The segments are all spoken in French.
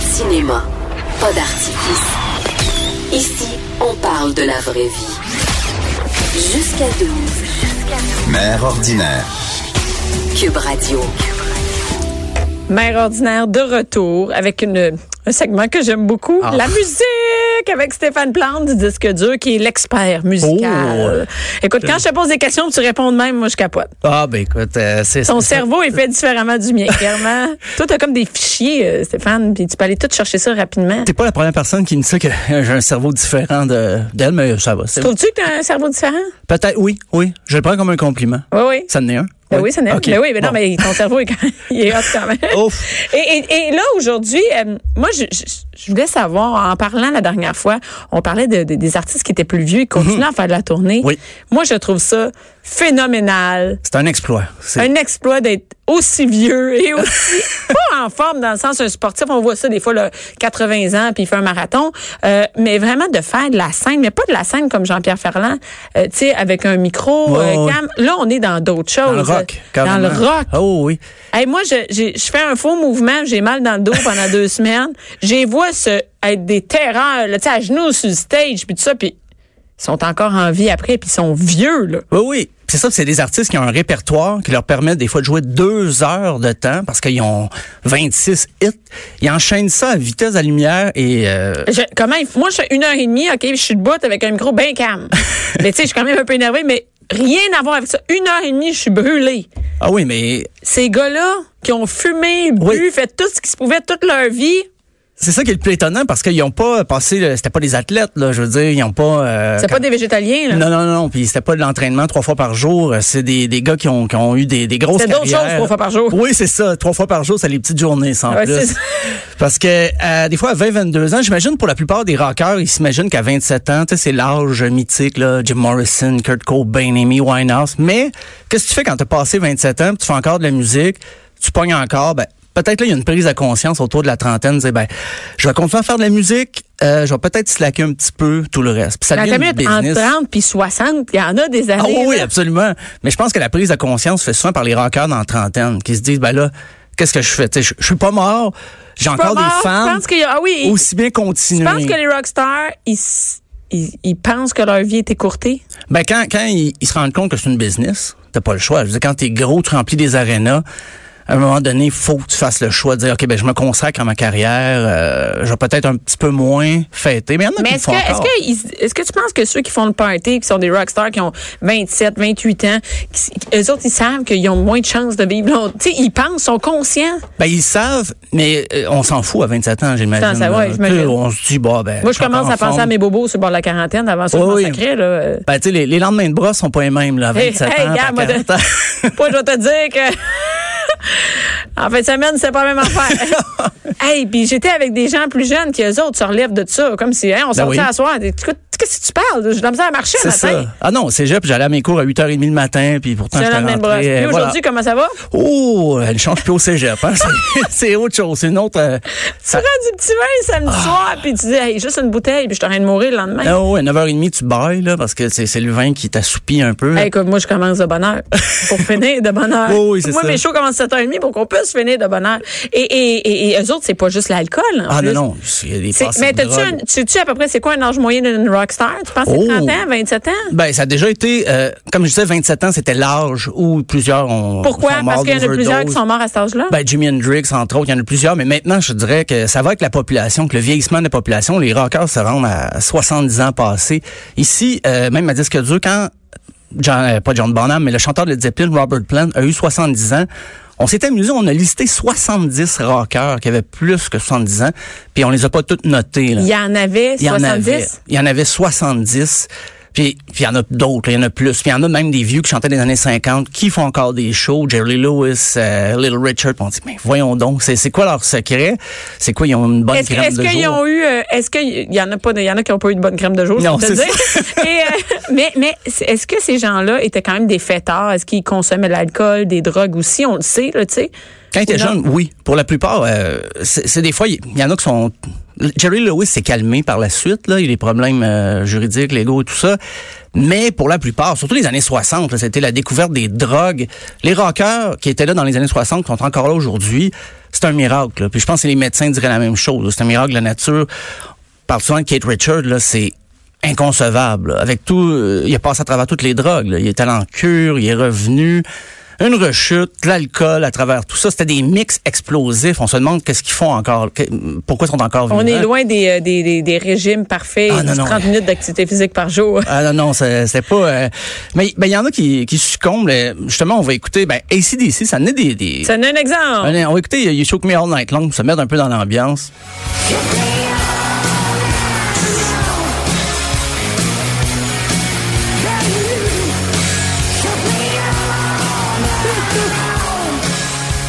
Cinéma, pas d'artifice. Ici, on parle de la vraie vie. Jusqu'à 12. Mère ordinaire. Cube Radio. Mère ordinaire de retour avec une, un segment que j'aime beaucoup, Ah. la musique avec Stéphane Plante du disque dur qui est l'expert musical. Écoute, quand je te pose des questions, tu réponds de même, moi je capote. Ah, ben écoute, euh, c'est Ton c'est- c'est- cerveau est fait différemment du mien, clairement. Toi, t'as comme des fichiers, euh, Stéphane, puis tu peux aller tout chercher ça rapidement. T'es pas la première personne qui me dit que euh, j'ai un cerveau différent de- d'elle, mais ça va. c'est- Trouves-tu que t'as un cerveau différent? Peut-être, oui, oui. Je le prends comme un compliment. Oui, oui. Ça en est un? Ben oui, ça n'est. Ok. Ben oui, mais non, Bon. mais ton cerveau est quand il est hot quand même. Ouf. Et, et- et là, aujourd'hui, euh, moi, je, je, je voulais savoir, en parlant la dernière fois, on parlait de, de- des artistes qui étaient plus vieux et qui continuent à faire de la tournée. Mhm. Oui. Moi, je trouve ça phénoménal. C'est un exploit. C'est- Un exploit d'être aussi vieux et aussi pas en forme dans le sens un sportif. On voit ça des fois, là, 80 ans, puis il fait un marathon. Euh, mais vraiment de faire de la scène, mais pas de la scène comme Jean-Pierre Ferland, euh, tu sais, avec un micro, Ouais, euh, ouais. cam. Là, on est dans d'autres choses. euh, Dans le rock, Dans le carrément. rock. Oh oui. Hey, moi, je, j'ai- je fais un faux mouvement, j'ai mal dans le dos pendant deux semaines. J'ai vois se, être des terreurs, là, tu sais, à genoux sur le stage, puis tout ça, puis ils sont encore en vie après, puis ils sont vieux, là. Oui, oui. C'est ça, c'est des artistes qui ont un répertoire qui leur permet des fois de jouer deux heures de temps parce qu'ils ont 26 hits. Ils enchaînent ça à vitesse à lumière et euh, Je- comment, ils- moi, je fais une heure et demie, OK, je suis debout avec un micro bien calme. mais tu sais, je suis quand même un peu énervée, mais rien à voir avec ça. Une heure et demie, je suis brûlée. ah oui, mais Ces gars-là qui ont fumé, bu, Oui. Euh, fait tout ce qui se pouvait toute leur vie, c'est ça qui est le plus étonnant parce qu'ils ont pas passé, le- c'était pas des athlètes là, je veux dire, ils ont pas. euh, c'est quand- pas des végétaliens, là. Non, non, non, non. Puis c'était pas de l'entraînement trois fois par jour. Euh, C'est des, des gars qui ont, qui ont eu des, des grosses C'est carrières. d'autres choses, trois fois par jour. Oui, c'est ça. Trois fois par jour, c'est les petites journées, sans Ouais, c'est plus. ça. Parce que euh, des fois, à 20, 22 ans, j'imagine pour la plupart des rockers, ils s'imaginent qu'à 27 ans, tu sais, c'est l'âge mythique, là, Jim Morrison, Kurt Cobain, Amy Winehouse. Mais qu'est-ce que tu fais quand t'as passé 27 ans, puis tu fais encore de la musique, tu pognes encore, ben, peut-être là, il y a une prise de conscience autour de la trentaine, tu sais, ben, je vais continuer à faire de la musique, euh, je vais peut-être slacker un petit peu tout le reste. Puis ça Dans devient ta une minute, entre business. 30 puis 60, il y en a des années. Ah oui, oui, là. absolument. Mais je pense que la prise de conscience se fait souvent par les rockers dans la trentaine qui se disent, ben là, qu'est-ce que je fais? Tu sais, Je, je suis pas mort, j'ai suis pas encore mort. des Je fans. pense qu'il y a- ah oui, aussi bien Je continuer. pense que les rockstars, ils, s- ils, ils pensent que leur vie est écourtée. Ben quand, quand ils, ils se rendent compte que c'est une business, t'as pas le choix. Je veux dire, quand t'es gros, tu remplis des arénas. À un moment donné, faut que tu fasses le choix de dire, OK, ben, je me consacre à ma carrière, euh, je vais peut-être un petit peu moins fêter. Mais il y en a Mais qui le est-ce font que, est-ce, encore. que ils- est-ce que tu penses que ceux qui font le party, qui sont des rockstars, qui ont 27, 28 ans, qui- eux autres, ils savent qu'ils ont moins de chances de vivre longtemps. Tu sais, ils pensent, sont conscients. Ben, ils savent, mais euh, on s'en fout à 27 ans, j'imagine. Sans savoir, là. j'imagine. Tu sais, On se dit, bah, ben. Moi, je commence suis à encore en penser à forme. mes bobos sur le bord de la quarantaine avant ça, Oui, je oui. consacrais, là. euh. Ben, tu sais, les, les lendemains de bras sont pas les mêmes, là, à Hey, 27 hey, ans, gars, par moi, 40 de- ans. Moi, je vais te dire que. En fin de semaine, c'est pas la même affaire. hey, puis j'étais avec des gens plus jeunes qui eux autres se relèvent de ça, comme si hein, on sortait Ben oui. à soir. Écoute, qu'est-ce que tu parles? J'ai de la misère à marcher le C'est matin. ça. Ah non, c'est cégep, j'allais à mes cours à 8h30 le matin, puis pourtant, C'est j'étais un lendemain de brosse. rentré, Puis euh, voilà. aujourd'hui, comment ça va? Oh, elle change plus au cégep, hein. C'est- C'est autre chose, c'est une autre... euh, Tu ça- prends du petit vin samedi soir, puis tu dis, hey, juste une bouteille, puis je suis en train de mourir le lendemain. Ah ouais, à 9h30, tu bailles, là, parce que c'est c'est le vin qui t'assoupit un peu. Hey, écoute, moi, je commence de bonne heure. Pour finir de bonne heure. Oui, oui, c'est moi, ça. mes shows commencent à 7h30 pour qu'on puisse finir de bonne heure. Et, et, et, et eux autres, c'est pas juste l'alcool. en ah plus. non, non, il y a des C'est- passes mais de t'as-tu drogue. un- tu tu à peu près, c'est quoi un âge moyen d'une rockstar? Tu penses que c'est Oh. 30 ans, 27 ans? Ben, ça a déjà été, euh, comme je disais, 27 ans, c'était l'âge où plusieurs ont Pourquoi? sont morts Parce qu'il y en a plusieurs qui d'overdose. sont morts à cet âge-là? Ben, Jimi Hendrix, entre autres, il y en a plusieurs, mais maintenant, je dirais que ça va avec la population, que le vieillissement de la population, les rockers se rendent à 70 ans passés. Ici, euh, même à Disque dur, quand, John, euh, pas John Bonham, mais le chanteur de Zeppelin, Robert Plant, a eu 70 ans, on s'est amusé, on a listé 70 rockers qui avaient plus que 70 ans, puis on les a pas toutes notés. Là. il y en avait Il y 70? en avait. Il y en avait 70. Puis, puis il y en a d'autres, là, il y en a plus. Puis il y en a même des vieux qui chantaient des années 50, qui font encore des shows, Jerry Lewis, euh, Little Richard. Puis On dit, mais voyons donc, c'est, c'est quoi leur secret? C'est quoi, ils ont une bonne Est-ce que- crème est-ce de qu'ils jour? ont eu, euh, est-ce qu'il y en a pas, de- il y en a qui n'ont pas eu de bonne crème de jour, je Non, peux te c'est dire. Et, euh, mais, mais c'est- est-ce que ces gens-là étaient quand même des fêtards? Est-ce qu'ils consommaient de l'alcool, des drogues aussi? On le sait, là, tu sais. Quand ils étaient Ou non? jeunes, oui. Pour la plupart, euh, c'est, c'est des fois, il y en a qui sont... Jerry Lewis s'est calmé par la suite, là. Il y a des problèmes euh, juridiques, légaux et tout ça. Mais pour la plupart, surtout les années 60, là, c'était la découverte des drogues. Les rockers qui étaient là dans les années 60, qui sont encore là aujourd'hui, c'est un miracle. là. Puis je pense que les médecins diraient la même chose. C'est un miracle de la nature. On parle souvent de Kate Richard, là, c'est inconcevable. là. Avec tout, euh, il a passé à travers toutes les drogues. là. Il est allé en cure, il est revenu. Une rechute, de l'alcool à travers tout ça. C'était des mix explosifs. On se demande qu'est-ce qu'ils font encore. que- pourquoi ils sont encore On est vivants. loin des, euh, des, des, des régimes parfaits, Ah, et non, du non. 30 minutes d'activité physique par jour. Ah non, non, c'est c'est pas... euh, mais ben, il y en a qui, qui succombent. là. Justement, on va écouter... Ben, ACDC, ça en est des... des Ça donne un exemple. Allez, on va écouter euh, You Shook Me All Night Long pour se mettre un peu dans l'ambiance.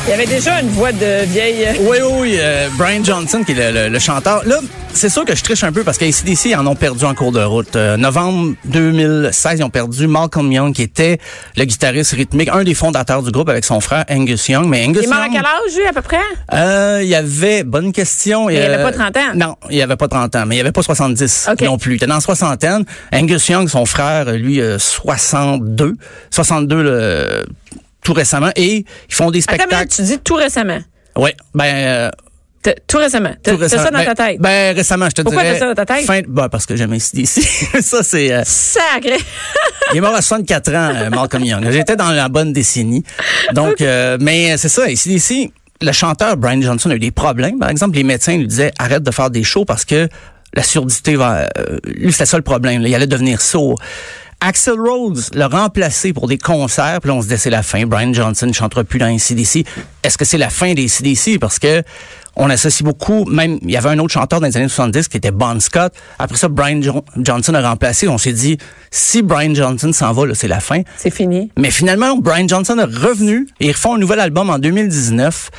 Il y avait déjà une voix de vieille. euh, Oui, oui, oui, euh, Brian Johnson, qui est le, le- le chanteur. Là, c'est sûr que je triche un peu parce qu'ACDC, ils en ont perdu en cours de route. Euh, novembre 2016, ils ont perdu Malcolm Young, qui était le guitariste rythmique, un des fondateurs du groupe avec son frère Angus Young. Mais Angus Il est mort à Young, quel âge, lui, à peu près? Euh, il y avait, bonne question. il avait euh, pas 30 ans? Non, il avait pas 30 ans, mais il avait pas 70 OK. non plus. Il était dans la soixantaine. Angus Young, son frère, lui, euh, 62. 62, le- tout récemment. Et ils font des Attends, mais là, spectacles. tu dis tout récemment. Ouais, ben, euh, T'as- Tout récemment. T'as tout t'as récemment. ça dans ben, ta tête. Ben, récemment, je te Pourquoi dirais. t'as ça dans ta tête? Fin, ben, parce que j'aime ici. ça, c'est... euh, Sacré. il est mort à 64 ans, euh, Malcolm Young. J'étais dans la bonne décennie. Donc, euh, mais c'est ça. Ici, ici, le chanteur Brian Johnson a eu des problèmes. Par exemple, les médecins lui disaient arrête de faire des shows parce que la surdité va. euh, lui, c'était ça le problème. là. Il allait devenir sourd. Axel Rhodes l'a remplacé pour des concerts, puis là, on se disait c'est la fin. Brian Johnson ne chantera plus dans les CDC. Est-ce que c'est la fin des CDC? Parce que on associe beaucoup, même, il y avait un autre chanteur dans les années 70 qui était Bon Scott. Après ça, Brian Jo- Johnson a remplacé. On s'est dit, si Brian Johnson s'en va, là, c'est la fin. C'est fini. Mais finalement, Brian Johnson est revenu et ils refont un nouvel album en 2019.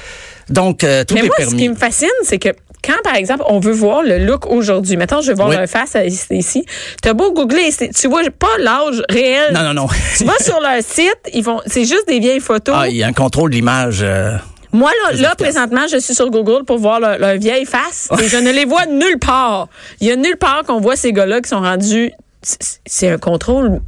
Donc, euh, tout Mais est moi, ce permis. qui me fascine, c'est que quand, par exemple, on veut voir le look aujourd'hui, mettons, je veux voir Oui. leur face à- ici, t'as beau googler, c'est- tu vois pas l'âge réel. Non, non, non. Tu vas sur leur site, ils vont, c'est juste des vieilles photos. Ah, il y a un contrôle de l'image. euh, Moi, là, là, efficace. présentement, je suis sur Google pour voir leur, leur vieille face et je ne les vois nulle part. Il y a nulle part qu'on voit ces gars-là qui sont rendus. c'est- C'est un contrôle.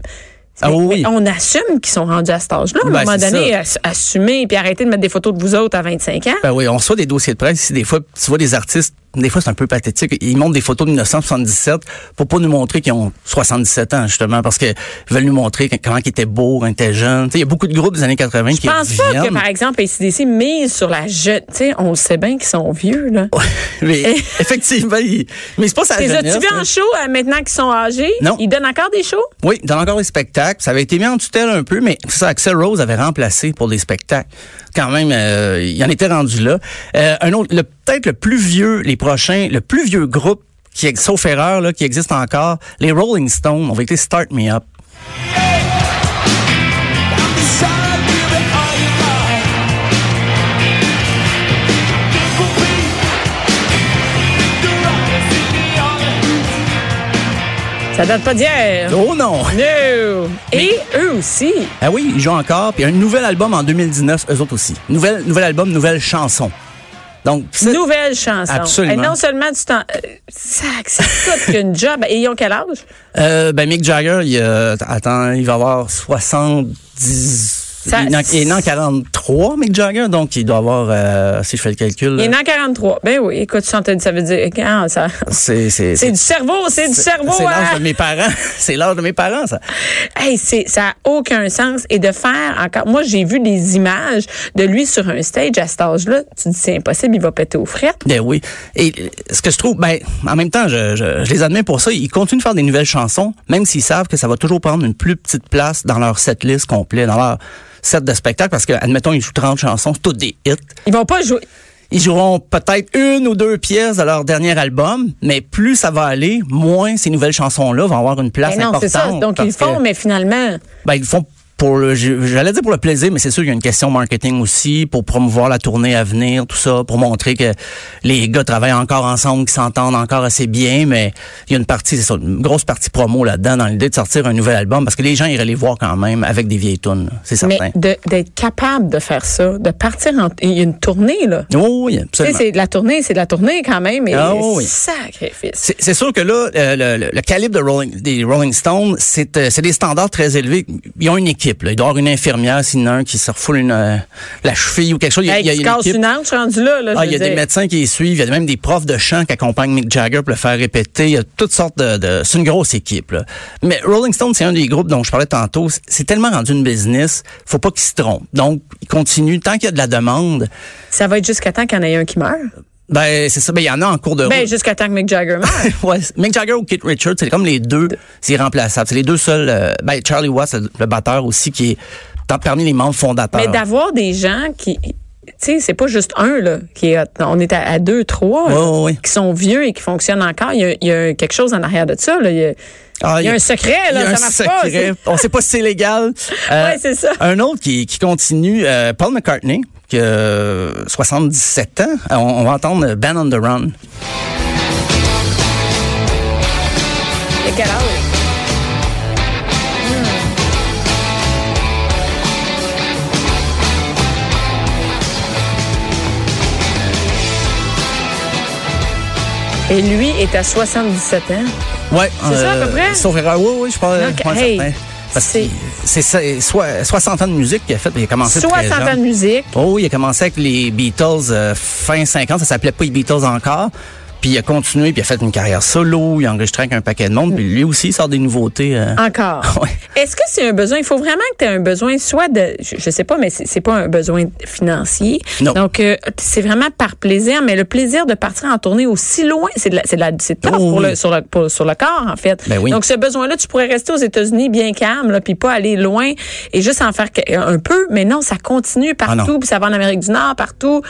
Ah oui, Mais- oui. mais On assume qu'ils sont rendus à cet âge-là. À un Ben, moment c'est donné, ass- assumer puis arrêter de mettre des photos de vous autres à 25 ans. Ben oui, on reçoit des dossiers de presse. ici. Des fois, tu vois des artistes, des fois c'est un peu pathétique. Ils montrent des photos de 1977 pour pas nous montrer qu'ils ont 77 ans, justement, parce qu'ils veulent nous montrer que- comment ils étaient beaux, quand ils étaient jeunes. Tu sais, Il y a beaucoup de groupes des années 80 Je qui pense pas viennent. que, par exemple, ACDC mise sur la jeune. Tu sais, on sait bien qu'ils sont vieux, là. mais, effectivement, ils- mais c'est pas ça. Les as-tu jeunesse, vu là. en show euh, maintenant qu'ils sont âgés? Non. Ils donnent encore des shows? Oui, dans encore les spectacles. Ça avait été mis en tutelle un peu, mais c'est ça, Axel Rose avait remplacé pour les spectacles. Quand même, euh, il en était rendu là. Euh, un autre, le- peut-être le plus vieux, les prochains, le plus vieux groupe, qui, ex- sauf erreur, là, qui existe encore, les Rolling Stones. On va écouter Start Me Up. Ça date pas d'hier. Oh non! No. Et eux aussi. Ah oui, ils jouent encore. Puis un nouvel album en 2019, eux autres aussi. Nouvel, nouvel album, nouvelle chanson. Donc, c'est- Nouvelle chanson. Absolument. Et non seulement tu t'en. euh, Sac, c'est tout qu'une job. Et ils ont quel âge? Euh, ben Mick Jagger, il, euh, attends, il va avoir 70... Ça- il, est en, il est né en 43, Mick Jagger, donc il doit avoir, euh, si je fais le calcul, Il est né en 43. Ben oui, écoute, ça, on te dit, ça veut dire. quand ça- c'est C'est c'est c'est- du cerveau, c'est du cerveau. c'est l'âge hein? de mes parents. c'est l'âge de mes parents, ça. Hey, c'est, ça a aucun sens. Et de faire encore. Moi, j'ai vu des images de lui sur un stage à cet âge-là. Tu te dis, c'est impossible, il va péter aux frettes. Ben oui. Et euh, ce que je trouve, ben, en même temps, je, je, je les admets pour ça. Ils continuent de faire des nouvelles chansons, même s'ils savent que ça va toujours prendre une plus petite place dans leur setlist complet, dans leur set de spectacle, parce que, admettons, ils jouent 30 chansons, toutes des hits. Ils vont pas jouer. Ils joueront peut-être une ou deux pièces de leur dernier album, mais plus ça va aller, moins ces nouvelles chansons-là vont avoir une place Ben non, importante. c'est ça. Donc, ils le parce que- font, mais finalement. ben, ils le font pour le, j'allais dire pour le plaisir, mais c'est sûr qu'il y a une question marketing aussi pour promouvoir la tournée à venir, tout ça, pour montrer que les gars travaillent encore ensemble, qu'ils s'entendent encore assez bien, mais il y a une partie, c'est ça, une grosse partie promo là-dedans dans l'idée de sortir un nouvel album parce que les gens iraient les voir quand même avec des vieilles tunes, là, c'est certain. Mais de- d'être capable de faire ça, de partir en. Il y a une tournée, là. Oui, Tu sais, absolument. c'est de la tournée, c'est de la tournée quand même. Et Ah oui. sacrifice. C'est c'est sûr que là, euh, le, le- le calibre de Rolling, des Rolling Stones, c'est euh, c'est des standards très élevés. Ils ont une équipe. Là. Il doit y avoir une infirmière, s'il y en a un qui se refoule une, euh, la cheville ou quelque chose. Il y a, Hey, il y a tu une casses équipe. une hanche rendu là. là, je Ah, il y a veux des dire. médecins qui les suivent, il y a même des profs de chant qui accompagnent Mick Jagger pour le faire répéter. Il y a toutes sortes de. de- c'est une grosse équipe. là. Mais Rolling Stone, c'est un des groupes dont je parlais tantôt. C'est- C'est tellement rendu une business, faut pas qu'ils se trompent. Donc, ils continuent tant qu'il y a de la demande. Ça va être jusqu'à temps qu'il y en ait un qui meurt. Ben, c'est ça. Ben, il y en a en cours de Ben, route. jusqu'à temps que Mick Jagger meurt. ouais, Mick Jagger ou Keith Richards, c'est comme les deux, c'est irremplaçable. C'est les deux seuls. euh, ben, Charlie Watts, le, le batteur aussi, qui est dans- parmi les membres fondateurs. Mais d'avoir des gens qui. Tu sais, c'est pas juste un, là, qui est hot. Non, On est à, à deux, trois, Ouais, là, ouais, ouais. qui sont vieux et qui fonctionnent encore. Il y a, il y a quelque chose en arrière de ça, là. Il y a, Ah, il y a un secret, il y là. a un ça marche pas. secret. c'est- On sait pas si c'est légal. Euh, Ouais, c'est ça. Un autre qui, qui continue, euh, Paul McCartney, qui a 77 ans. Euh, On, on va entendre Band on the Run. Il y a quel âge? Hmm. Et lui est à 77 ans. Ouais, C'est ça, à peu près? Sauf erreur, oui, oui, je pense. Donc, je pense hey, certain. Parce que c'est- c'est ça, soit- 60 ans de musique qu'il a fait, il a commencé très 60 ans jeune. de musique. Oh, il a commencé avec les Beatles euh, fin 50, ça s'appelait pas les Beatles encore. Puis il a continué, puis il a fait une carrière solo, il a enregistré avec un paquet de monde, puis lui aussi il sort des nouveautés. Ah. euh. Encore. Ouais. Est-ce que c'est un besoin? Il faut vraiment que tu aies un besoin, soit de. Je, je sais pas, mais c'est c'est pas un besoin financier. Non. Donc, euh, c'est vraiment par plaisir, mais le plaisir de partir en tournée aussi loin, c'est de la- c'est de la- c'est tough Oh, pour oui. le, sur, le, pour- sur le corps, en fait. Ben oui. Donc, ce besoin-là, tu pourrais rester aux États-Unis bien calme, là, puis pas aller loin et juste en faire que- un peu, mais non, ça continue partout, Ah non. puis ça va en Amérique du Nord, partout.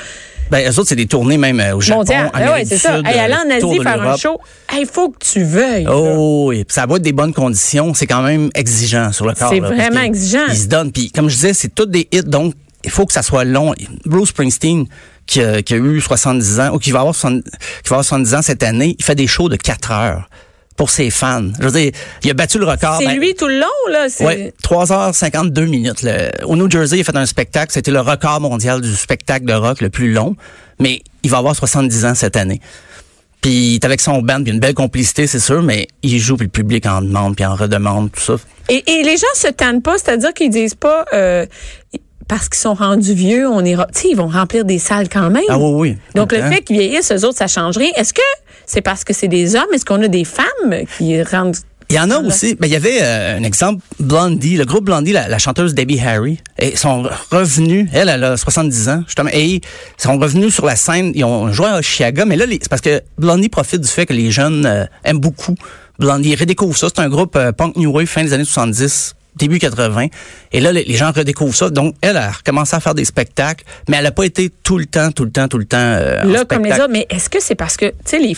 Ben eux autres c'est des tournées même euh, au Japon, Mondial. Ah Amérique ouais, c'est du ça. Sud, Hey, euh, aller en tour Asie de faire un l'Europe. show, il faut que tu veuilles. là. Oh, et puis ça doit être des bonnes conditions. C'est quand même exigeant sur le corps. C'est là, parce vraiment qu'il- exigeant. Il se donne. Puis comme je disais, c'est tous des hits, donc il faut que ça soit long. Bruce Springsteen, qui a, qui a eu 70 ans, ou qui va, avoir 70, qui va avoir 70 ans cette année, il fait des shows de 4 heures pour ses fans. Je veux dire, il a battu le record. C'est Ben, lui tout le long, là. c'est- Ouais, 3h52 minutes. là. Au New Jersey, il a fait un spectacle. C'était le record mondial du spectacle de rock le plus long. Mais il va avoir 70 ans cette année. Puis il est avec son band, puis une belle complicité, c'est sûr, mais il joue, puis le public en demande, puis en redemande, tout ça. Et, et les gens se tannent pas, c'est-à-dire qu'ils disent pas euh, parce qu'ils sont rendus vieux, on ira. Tu sais, ils vont remplir des salles quand même. Ah oui, oui. Donc le Hein? fait qu'ils vieillissent, eux autres, ça change rien. Est-ce que c'est parce que c'est des hommes? Est-ce qu'on a des femmes qui rendent Il y Ah, en a aussi. Ben, il y avait euh, un exemple, Blondie, le groupe Blondie, la, la chanteuse Debbie Harry, et sont revenus, elle, elle a 70 ans, justement, et ils sont revenus sur la scène, ils ont joué à Chicago, mais là, les- c'est parce que Blondie profite du fait que les jeunes euh, aiment beaucoup Blondie, ils redécouvrent ça. C'est un groupe euh, punk new wave fin des années 70, début 80. Et là, les, les gens redécouvrent ça. Donc, elle a recommencé à faire des spectacles, mais elle n'a pas été tout le temps, tout le temps, tout le temps euh, en là comme les spectacle. hommes? Mais est-ce que c'est parce que tu sais les,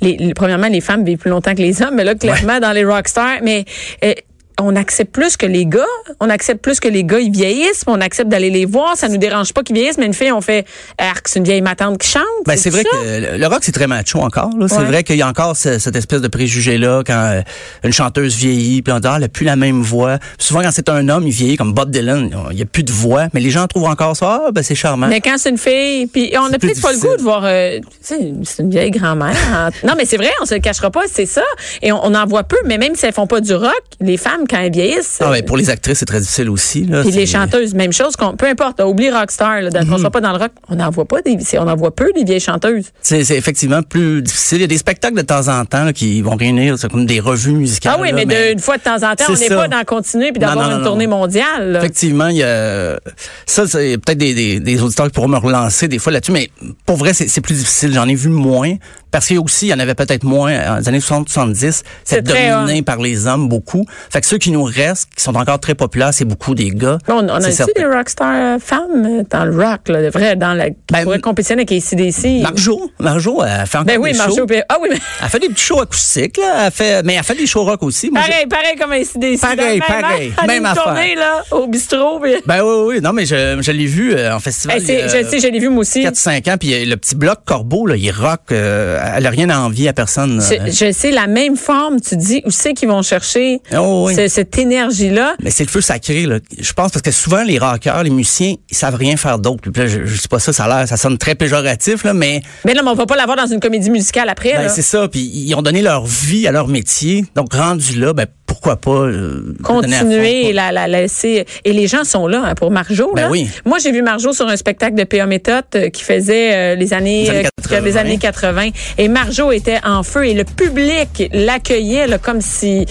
les, les- premièrement les femmes vivent plus longtemps que les hommes, mais là clairement dans les rockstars, mais euh, on accepte plus que les gars, on accepte plus que les gars ils vieillissent, on accepte d'aller les voir, ça nous dérange pas qu'ils vieillissent, mais une fille on fait arc, c'est une vieille matante qui chante. Ben, c'est vrai ça? que le- le rock, c'est très macho encore. là. C'est Ouais. vrai qu'il y a encore ce- cette espèce de préjugé-là quand euh, une chanteuse vieillit, puis on dit, ah, elle n'a plus la même voix. Puis souvent, quand c'est un homme, il vieillit comme Bob Dylan, il n'y a plus de voix, mais les gens trouvent encore ça, ah, ben, c'est charmant. Mais quand c'est une fille, puis on n'a plus peut-être pas le difficile. goût de voir, euh, tu sais, c'est une vieille grand-mère. hein. non, mais c'est vrai, on se le cachera pas, c'est ça. Et on, on en voit peu, mais même si elles font pas du rock, les femmes quand elles vieillissent. Ah, ben, pour les actrices, c'est très difficile aussi. Là, puis les C'est- Mm-hmm. chanteuses, même chose. qu'on- Peu importe, on oublie rockstar, là, qu'on soit pas dans le rock, on n'en voit pas des, c'est- on en voit peu des vieilles chanteuses. C'est c'est effectivement plus difficile. Il y a des spectacles de temps en temps là, qui vont réunir, c'est comme des revues musicales. Ah oui, là, mais, de- une fois de temps en temps, c'est on n'est ça. pas dans continuer puis Non, d'avoir non, non, une non. tournée mondiale. là. Effectivement, il y a ça, c'est peut-être des, des, des auditeurs qui pourront me relancer des fois là-dessus, mais pour vrai, c'est c'est plus difficile. J'en ai vu moins parce qu'il y a aussi, il y en avait peut-être moins euh, dans les années 70. C'est C'est très dominé par les hommes beaucoup. Fait que ceux qui nous restent, qui sont encore très populaires, c'est beaucoup des gars. Bon, On, on C'est a aussi certain. des rockstars euh, femmes euh, dans le rock, là, de vrai, dans la, qui Ben, pourraient compétitionner avec les CDC. Marjo, Marjo, elle fait encore Ben oui, des Marjo. shows. puis- Ah oui, mais. Elle fait des petits shows acoustiques, là. Elle fait, mais elle fait des shows rock aussi. Moi, j'ai- Pareil, pareil comme un CDC. Pareil, pareil, Aller même me affaire. tourner, là, au bistrot. puis- Ben oui, oui, non, mais je, je l'ai vu euh, en festival. Hey, c'est- euh, je sais, je l'ai vu, moi aussi. 4-5 ans, puis euh, le petit bloc corbeau, là, il rock, euh, elle a rien à envier à personne. Je, euh. je sais, la même forme, tu dis, où c'est qu'ils vont chercher Oh, oui. ce- cette énergie-là? Mais c'est le feu sacré, là. Je pense parce que souvent les rockers, les musiciens, ils savent rien faire d'autre. Puis là, je, je dis pas ça, ça a l'air, ça sonne très péjoratif, là, mais Mais là, mais on va pas l'avoir dans une comédie musicale après. ben, là. c'est ça. Puis ils ont donné leur vie à leur métier. Donc rendu là, ben pourquoi pas euh, donner à fond, continuer et quoi. la, la laisser. Et les gens sont là hein, pour Marjo. Ben là. oui. Moi, j'ai vu Marjo sur un spectacle de P.A. Méthode euh, qui faisait euh, les années, Les années euh, qui- les 80. années 80. Et Marjo était en feu et le public l'accueillait là, comme si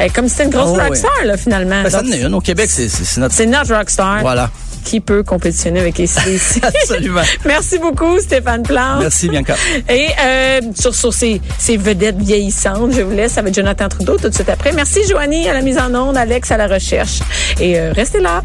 euh, comme si c'était une grosse Ah ouais. rockstar, là, finalement. Ben, ça Donc, en est une. Au Québec, c'est c'est- c'est notre. c'est notre rockstar Voilà. qui peut compétitionner avec les ici. Absolument. Merci beaucoup, Stéphane Plante. Merci, Bianca. Et euh, sur, sur ces, ces vedettes vieillissantes, je vous laisse avec Jonathan Trudeau tout de suite après. Merci, Joanie, à la mise en onde, Alex à la recherche. Et euh, restez là.